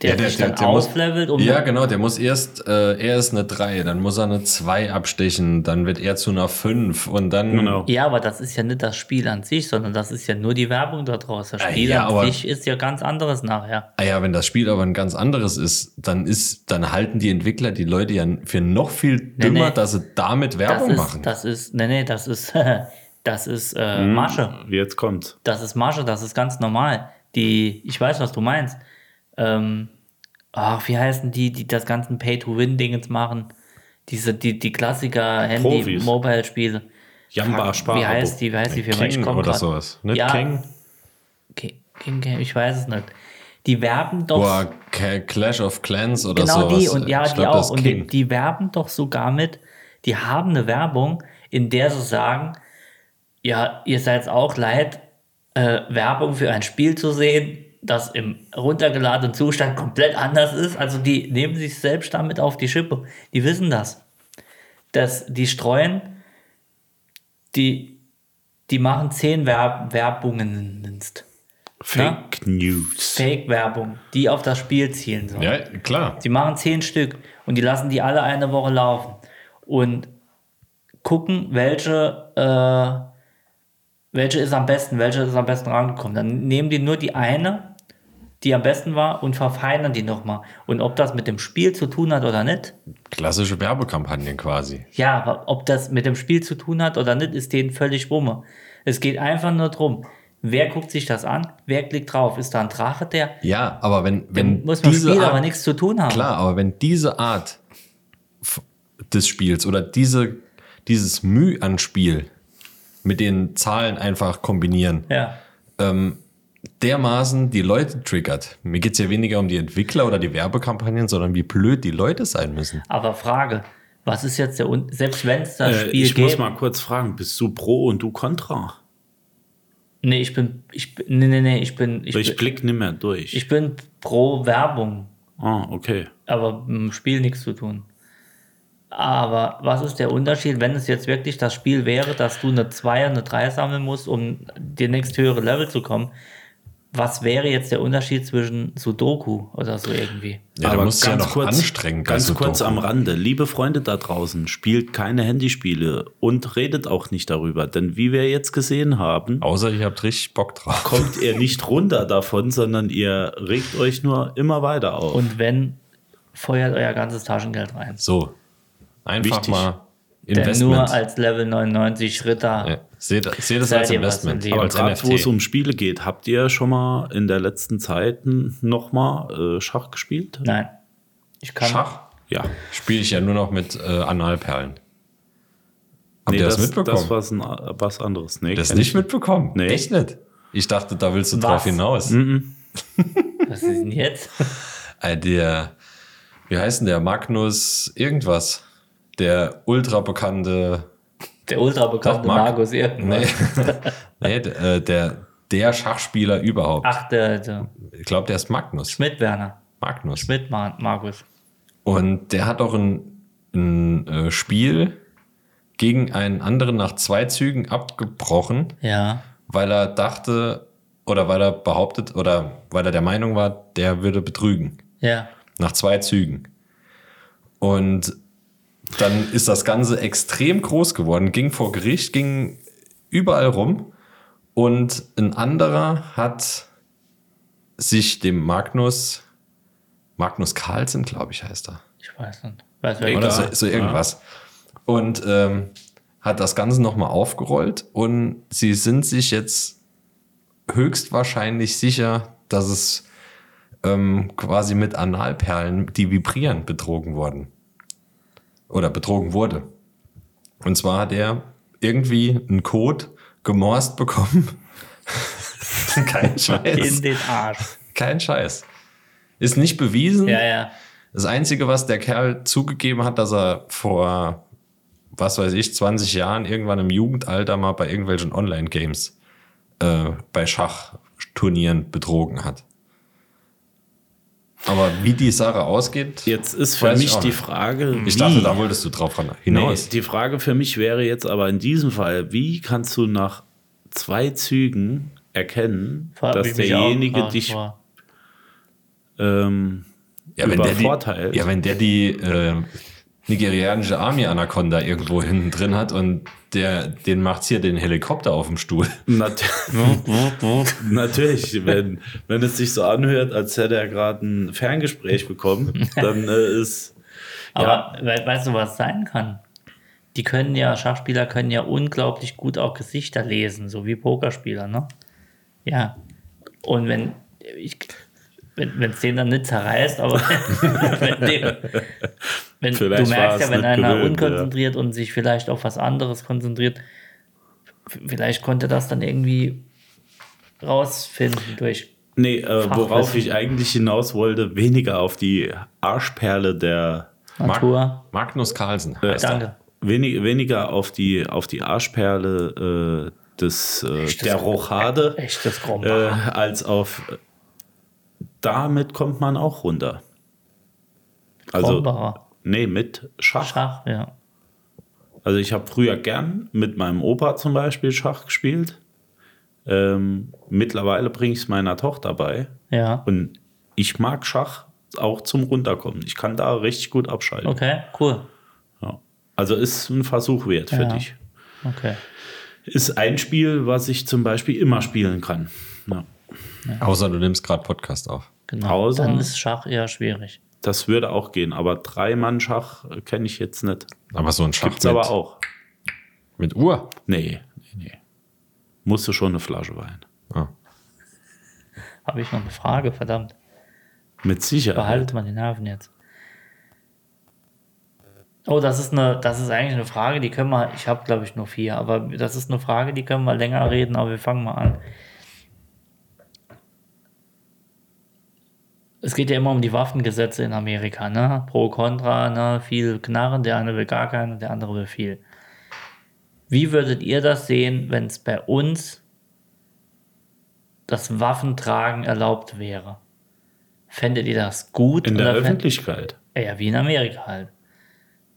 der, sich dann auslevelt, muss, um Ja, genau, der muss erst, äh, er ist eine 3, dann muss er eine 2 abstechen, dann wird er zu einer 5 und dann. Genau. Ja, aber das ist ja nicht das Spiel an sich, sondern das ist ja nur die Werbung da draus. Das Ah, Spiel ja, an aber- sich ist ja ganz anderes nachher. Ah ja, wenn das Spiel aber ein ganz anderes ist, dann ist, dann halten die Entwickler die Leute ja für noch viel dümmer, nee. dass sie damit Das Werbung ist, machen. Hm. das ist, nee, nee, das ist, das ist äh, Masche. Jetzt kommt's. Das ist Masche, das ist ganz normal. Die, ich weiß, was du meinst. Ähm, ach, wie heißen die, die das ganzen Pay-to-Win-Dingens machen? Diese, die, die Klassiker Profis. Handy-Mobile-Spiele. Jamba Spar. Wie heißt die, wie heißt die Firma? Ich King komm oder grad- sowas. Nicht ja, King? Ki- King, King, ich weiß es nicht. Die werben doch Boah, Ca- Clash of Clans oder genau sowas. die und ja, ich die glaub, das auch. ist Und die, King. die werben doch sogar mit, die haben eine Werbung, in der sie sagen, ja, ihr seid auch leid, äh, Werbung für ein Spiel zu sehen, das im runtergeladenen Zustand komplett anders ist. Also die nehmen sich selbst damit auf die Schippe. Die wissen das. Dass die streuen, die, die machen zehn Werb Werbungen, Fake News. Fake-Werbung, die auf das Spiel zielen sollen. ja, klar. Die machen zehn Stück und die lassen die alle eine Woche laufen und gucken, welche, äh, welche ist am besten, welche ist am besten rangekommen. Dann nehmen die nur die eine, die am besten war und verfeinern die nochmal. Und ob das mit dem Spiel zu tun hat oder nicht, Klassische Werbekampagnen quasi. ja, aber ob das mit dem Spiel zu tun hat oder nicht, ist denen völlig wumme. Es geht einfach nur drum, wer guckt sich das an, wer klickt drauf, ist da ein Drache, der Ja, aber wenn, wenn muss mit dem diese Spiel Art- aber nichts zu tun haben. Klar, aber wenn diese Art f- des Spiels oder diese, dieses Müh an Spiel mit den Zahlen einfach kombinieren, Ja. dermaßen die Leute triggert. Mir geht es ja weniger um die Entwickler oder die Werbekampagnen, sondern wie blöd die Leute sein müssen. Aber Frage, was ist jetzt der Un selbst wenn es das Äh, Spiel ich gäbe? muss mal kurz fragen, bist du pro und du contra? Nee, ich bin ich bin- nee, nee, nee, ich bin ich, Also Ich, bin, blick nicht mehr durch. ich bin pro Werbung, ah, okay. aber mit dem Spiel nichts zu tun. Aber was ist der Unterschied, wenn es jetzt wirklich das Spiel wäre, dass du eine 2 und eine 3 sammeln musst, um dir nächst höhere Level zu kommen? Was wäre jetzt der Unterschied zwischen Sudoku oder so irgendwie? Ja, da musst du ja noch anstrengen. Ganz also kurz doch. am Rande. Liebe Freunde da draußen, spielt keine Handyspiele und redet auch nicht darüber. Denn wie wir jetzt gesehen haben, Außer ihr habt richtig Bock drauf. kommt ihr nicht runter davon, sondern ihr regt euch nur immer weiter auf. Und wenn, feuert euer ganzes Taschengeld rein. So, einfach Wichtig. mal Denn Investment. nur als Level 99 Ritter ja. Seht seht das Seid als ihr was Investment, im aber als gerade wo es NFT. um Spiele geht, habt ihr schon mal in der letzten Zeit nochmal äh, Schach gespielt? Nein. Ich kann. Schach Ja. spiele ich ja nur noch mit äh, Analperlen. Habt Nee, ihr das, das, mitbekommen? das war was, ein- was anderes. Nee, Das kenn nicht ich mitbekommen? Nee. Mhm. Echt nicht? Ich dachte, da willst du Was? drauf hinaus. Was ist denn jetzt? Äh, Der, wie heißt denn der? Magnus irgendwas. Der ultra bekannte, Der ultra bekannte Doch, Marc. Markus irgendwas. nee, nee, d- äh, der, der Schachspieler überhaupt. Ach, der, der Ich glaube, der ist Magnus. Schmidt Werner. Magnus. Schmidt Mar Markus. Und der hat auch ein, ein äh, Spiel gegen einen anderen nach zwei Zügen abgebrochen. Ja. weil er dachte oder weil er behauptet oder weil er der Meinung war, der würde betrügen. Ja. Nach zwei Zügen. Und dann ist das Ganze extrem groß geworden, ging vor Gericht, ging überall rum. Und ein anderer hat sich dem Magnus, Magnus Carlsen, glaube ich, heißt er. Ich weiß nicht. Weiß Nee, wer- Egal. Oder so, so irgendwas. Und ähm, hat das Ganze nochmal aufgerollt und sie sind sich jetzt höchstwahrscheinlich sicher, dass es ähm, quasi mit Analperlen, die vibrieren, betrogen wurden. Oder betrogen wurde. Und zwar hat er irgendwie einen Code gemorst bekommen. Kein Scheiß. In den Arsch. Kein Scheiß. Ist nicht bewiesen. Ja, ja. Das Einzige, was der Kerl zugegeben hat, dass er vor, was weiß ich, 20 Jahren irgendwann im Jugendalter mal bei irgendwelchen Online-Games äh, bei Schachturnieren betrogen hat. Aber wie die Sache ausgeht, Jetzt ist für Weiß ich mich auch die nicht. Frage, ich wie? dachte, da wolltest du drauf ran- Nee, hinaus. die Frage für mich wäre jetzt aber in diesem Fall, wie kannst du nach zwei Zügen erkennen, Frag dass mich mich auch ah, derjenige gefragt, dich war. ähm, ja, wenn der übervorteilt. die, ja, wenn der die äh, nigerianische Army Anaconda irgendwo hinten drin hat und der, den macht's hier den Helikopter auf dem Stuhl. nat natürlich, wenn, wenn es sich so anhört, als hätte er gerade ein Ferngespräch bekommen, dann äh, ist Aber we weißt du, was sein kann? Die können ja, Schachspieler können ja unglaublich gut auch Gesichter lesen, so wie Pokerspieler, ne? Ja. Und wenn ich wenn es denen dann nicht zerreißt, aber wenn, dem, wenn du Vielleicht war merkst es ja, wenn nicht einer gewöhnt, ja. unkonzentriert und sich vielleicht auf was anderes konzentriert, f- vielleicht konnte das dann irgendwie rausfinden durch Nee, äh, Fachwissen. worauf ich eigentlich hinaus wollte, weniger auf die Arschperle der Natur. Magnus Carlsen. heißt er. Danke. wenig, weniger auf die auf die Arschperle äh, des äh, der Rochade Echtes äh, Gromba. als auf damit kommt man auch runter. Also Grombacher. nee, mit Schach. Schach, ja. Also ich habe früher gern mit meinem Opa zum Beispiel Schach gespielt. Ähm, mittlerweile bringe ich es meiner Tochter bei. Ja. Und ich mag Schach auch zum Runterkommen. Ich kann da richtig gut abschalten. Okay, cool. Ja. Also ist ein Versuch wert für Ja. dich. Okay. Ist ein Spiel, was ich zum Beispiel immer spielen kann. Ja. Außer du nimmst gerade Podcast auf. Genau. Außer- Dann ist Schach eher schwierig. Das würde auch gehen, aber Drei-Mann-Schach äh, kenne ich jetzt nicht. Aber so ein Schach Gibt's aber auch. mit Uhr. Nee, nee, nee. Musst du schon eine Flasche Wein. Ah. Habe ich noch eine Frage, verdammt. Mit Sicherheit. Behaltet man den Nerven jetzt. Oh, das ist eine, das ist eigentlich eine Frage, die können wir, ich habe glaube ich nur vier, aber das ist eine Frage, die können wir länger reden, aber wir fangen mal an. Es geht ja immer um die Waffengesetze in Amerika, ne? Pro, Contra, ne? Viel Knarren, der eine will gar keinen, der andere will viel. Wie würdet ihr das sehen, wenn es bei uns das Waffentragen erlaubt wäre? Fändet ihr das gut? In der oder fänd- Öffentlichkeit. ja, wie in Amerika halt.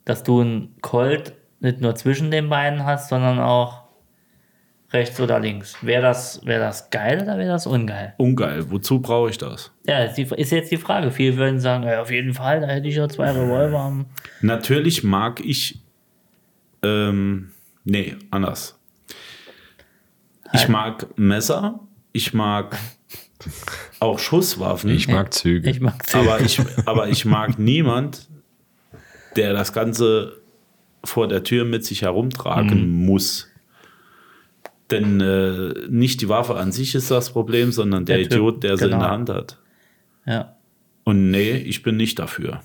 Dass du einen Colt nicht nur zwischen den Beinen hast, sondern auch rechts oder links. Wäre das, wär das geil oder wäre das ungeil? Ungeil. Wozu brauche ich das? Ja, ist, die, ist jetzt die Frage. Viele würden sagen, ja, auf jeden Fall, da hätte ich ja zwei Revolver. am- Natürlich mag ich. Ähm, nee, anders. Ich Halt. mag Messer. Ich mag auch Schusswaffen. Ich mag Züge. Ich mag sie. aber, ich, aber ich mag niemand, der das Ganze vor der Tür mit sich herumtragen muss. Denn äh, nicht die Waffe an sich ist das Problem, sondern der, Der Typ, Idiot, der sie in genau. der Hand hat. Ja. Und nee, ich bin nicht dafür.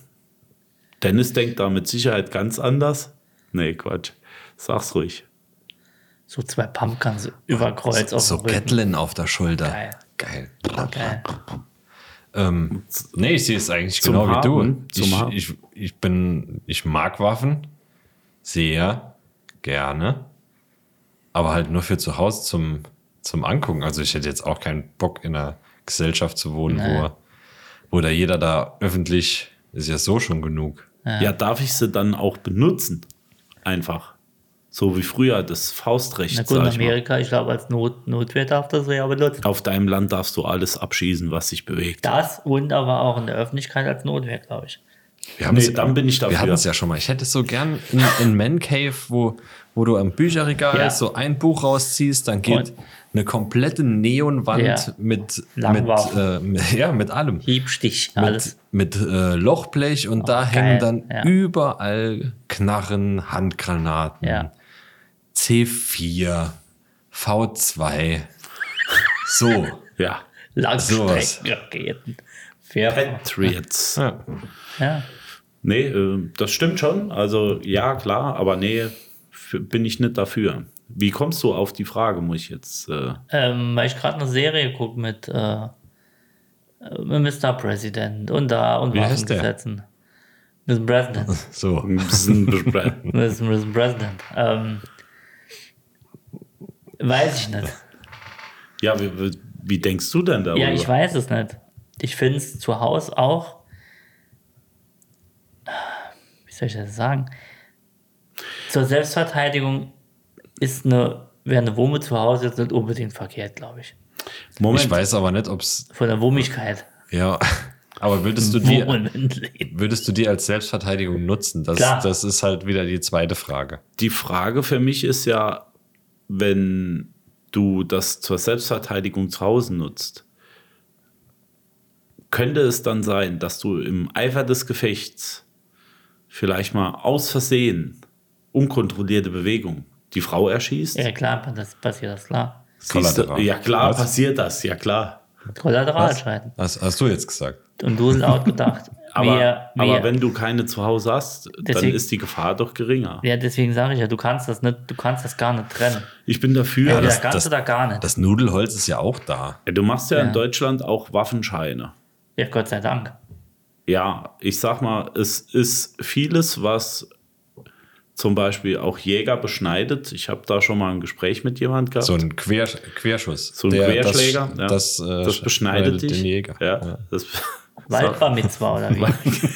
Dennis denkt da mit Sicherheit ganz anders. Nee, Quatsch. Sag's ruhig. So zwei Pumpguns über Kreuz auf so dem Rücken. Gatlin auf der Schulter. Geil. Geil. Geil. Ähm, nee, ich sehe es eigentlich Zum genau Haben. wie du. Zum Haben. Ich, ich, ich bin, ich mag Waffen sehr gerne, aber halt nur für zu Hause zum, zum Angucken. Also ich hätte jetzt auch keinen Bock in einer Gesellschaft zu wohnen, wo, wo da jeder da öffentlich ist ja so schon genug. Ja. darf ich sie dann auch benutzen? Einfach. So wie früher das Faustrecht. Na gut, in sag ich mal. Amerika, ich glaube, als Not, Notwehr darf das ja benutzen. Auf deinem Land darfst du alles abschießen, was sich bewegt. Das und aber auch in der Öffentlichkeit als Notwehr, glaube ich. Wir haben Nee, es- dann bin ich dafür. Wir hatten es ja schon mal. Ich hätte so gern in, in Man Cave, wo, wo du am Bücherregal Ja. so ein Buch rausziehst, dann geht Und- eine komplette Neonwand Ja. mit, mit, äh, Langwaffen. mit, ja, mit allem. Hiebstich, alles. Oh, Mit äh, Lochblech und da hängen geil, dann ja. überall Knarren, Handgranaten, Ja. C4, V2. So. Ja. Langstreckenraketen. Fair. Patriots. Ja. Ja. Nee, äh, das stimmt schon. Also ja, klar, aber nee, f- bin ich nicht dafür. Wie kommst du auf die Frage, muss ich jetzt. Äh, Ähm, weil ich gerade eine Serie gucke mit äh, mit Mr. President und da und Wie heißt der? Waffengesetzen. Mr. President. So. ein bisschen besprechen? Mr. Mr. President. Ähm, weiß ich nicht. ja, wie, wie- wie denkst du denn darüber? Ja, ich weiß es nicht. Ich finde es zu Hause auch. Wie soll ich das sagen? Zur Selbstverteidigung ist eine, wäre eine Wumme zu Hause jetzt nicht unbedingt verkehrt, glaube ich. Moment, Ich weiß aber nicht, ob es Von der Wummigkeit. Ja, aber würdest du die, Wummenleben. würdest du die als Selbstverteidigung nutzen? Das, Klar. das ist halt wieder die zweite Frage. die Frage für mich ist ja, wenn du das zur Selbstverteidigung zu Hause nutzt, könnte es dann sein, dass du im Eifer des Gefechts vielleicht mal aus Versehen unkontrollierte Bewegung die Frau erschießt? Ja, klar, das passiert das klar. Siehst du, Kollateral. ja klar, Was? passiert das, ja klar. Kollateralschreiten. Hast, hast du jetzt gesagt? Und du hast auch gedacht. wir- Aber, wir- aber wenn du keine zu Hause hast, dann Deswegen- ist die Gefahr doch geringer. ja, deswegen sage ich ja, du kannst das nicht, du kannst das gar nicht trennen. Ich bin dafür. Entweder dass- kannst das- du da gar nicht. Das Nudelholz ist ja auch da. du machst ja, in Ja. Deutschland auch Waffenscheine. ja, Gott sei Dank. Ja, ich sag mal, es ist vieles, was zum Beispiel auch Jäger beschneidet. Ich habe da schon mal ein Gespräch mit jemand gehabt. So ein Quer, Querschuss. So ein Querschläger. Das, ja. das, äh, das beschneidet dich. den Jäger. Ja, Das, Waldbar mitzwa oder wie?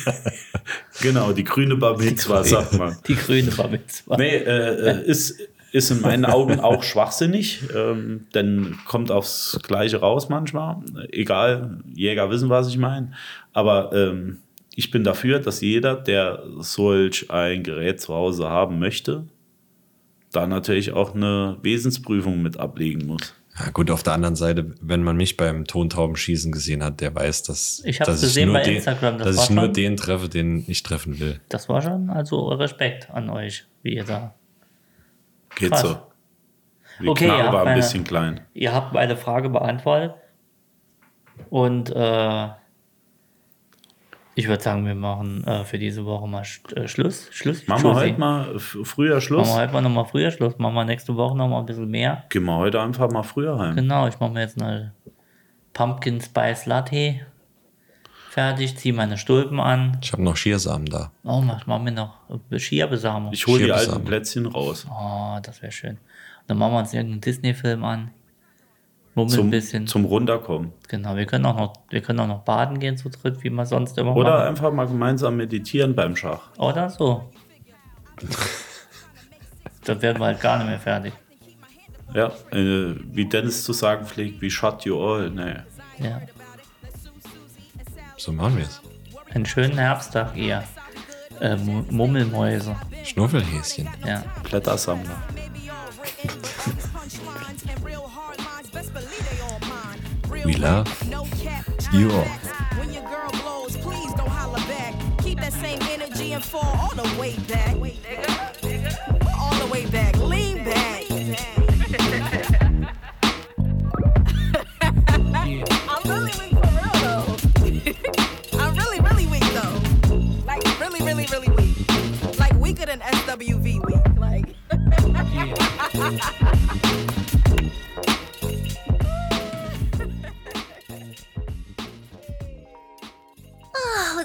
genau, die grüne Bar Mitzwa, sagt man. Die grüne Bar mitzwa. Nee, äh, äh, ist, ist in meinen Augen auch schwachsinnig, ähm, denn kommt aufs Gleiche raus manchmal. Egal, Jäger wissen, was ich meine. Aber ähm, ich bin dafür, dass jeder, der solch ein Gerät zu Hause haben möchte, da natürlich auch eine Wesensprüfung mit ablegen muss. Ja, gut, auf der anderen Seite, wenn man mich beim Tontaubenschießen gesehen hat, der weiß, dass, Ich hab's dass gesehen bei den, Instagram, das dass war ich nur schon- den treffe, den ich treffen will. Das war schon also Respekt an euch, wie ihr da. Geht Krass. so. Die Okay, Knarre ja, war ein meine- bisschen klein. Ihr habt meine Frage beantwortet. Und äh, ich würde sagen, wir machen äh, für diese Woche mal Sch- äh, Schluss. Schluss. Machen wir Schlussi. heute mal f- früher Schluss. Machen wir heute mal nochmal früher Schluss. Machen wir nächste Woche nochmal ein bisschen mehr. Gehen wir heute einfach mal früher heim. Genau, ich mache mir jetzt eine Pumpkin Spice Latte fertig, ziehe meine Stulpen an. Ich habe noch Schiersamen da. Oh, mach, mach mir noch Schierbesamung. Ich hole die Schiebes alten haben. Plätzchen raus. Oh, das wäre schön. Dann machen wir uns irgendeinen Disney-Film an. Mummeln ein Zum, bisschen. zum Runterkommen. genau, wir können, auch noch, wir können auch noch baden gehen zu dritt, wie wir sonst immer Oder machen. einfach mal gemeinsam meditieren beim Schach. Oder so. Dann werden wir halt gar nicht mehr fertig. Ja, äh, wie Dennis zu sagen pflegt, wie shut you all. Nee. Ja. So machen wir es. Einen schönen Herbsttag, ihr äh, Mu- Mummelmäuse. Schnuffelhäschen. Ja. Blättersammler. We love you all. When your girl blows, please don't holler back. Keep that same energy and fall all the way back. All the way back. Lean back. I'm really weak for real though. I'm really, really weak though. Like really, really, really weak. Like weaker than SWV weak. Like. Oh,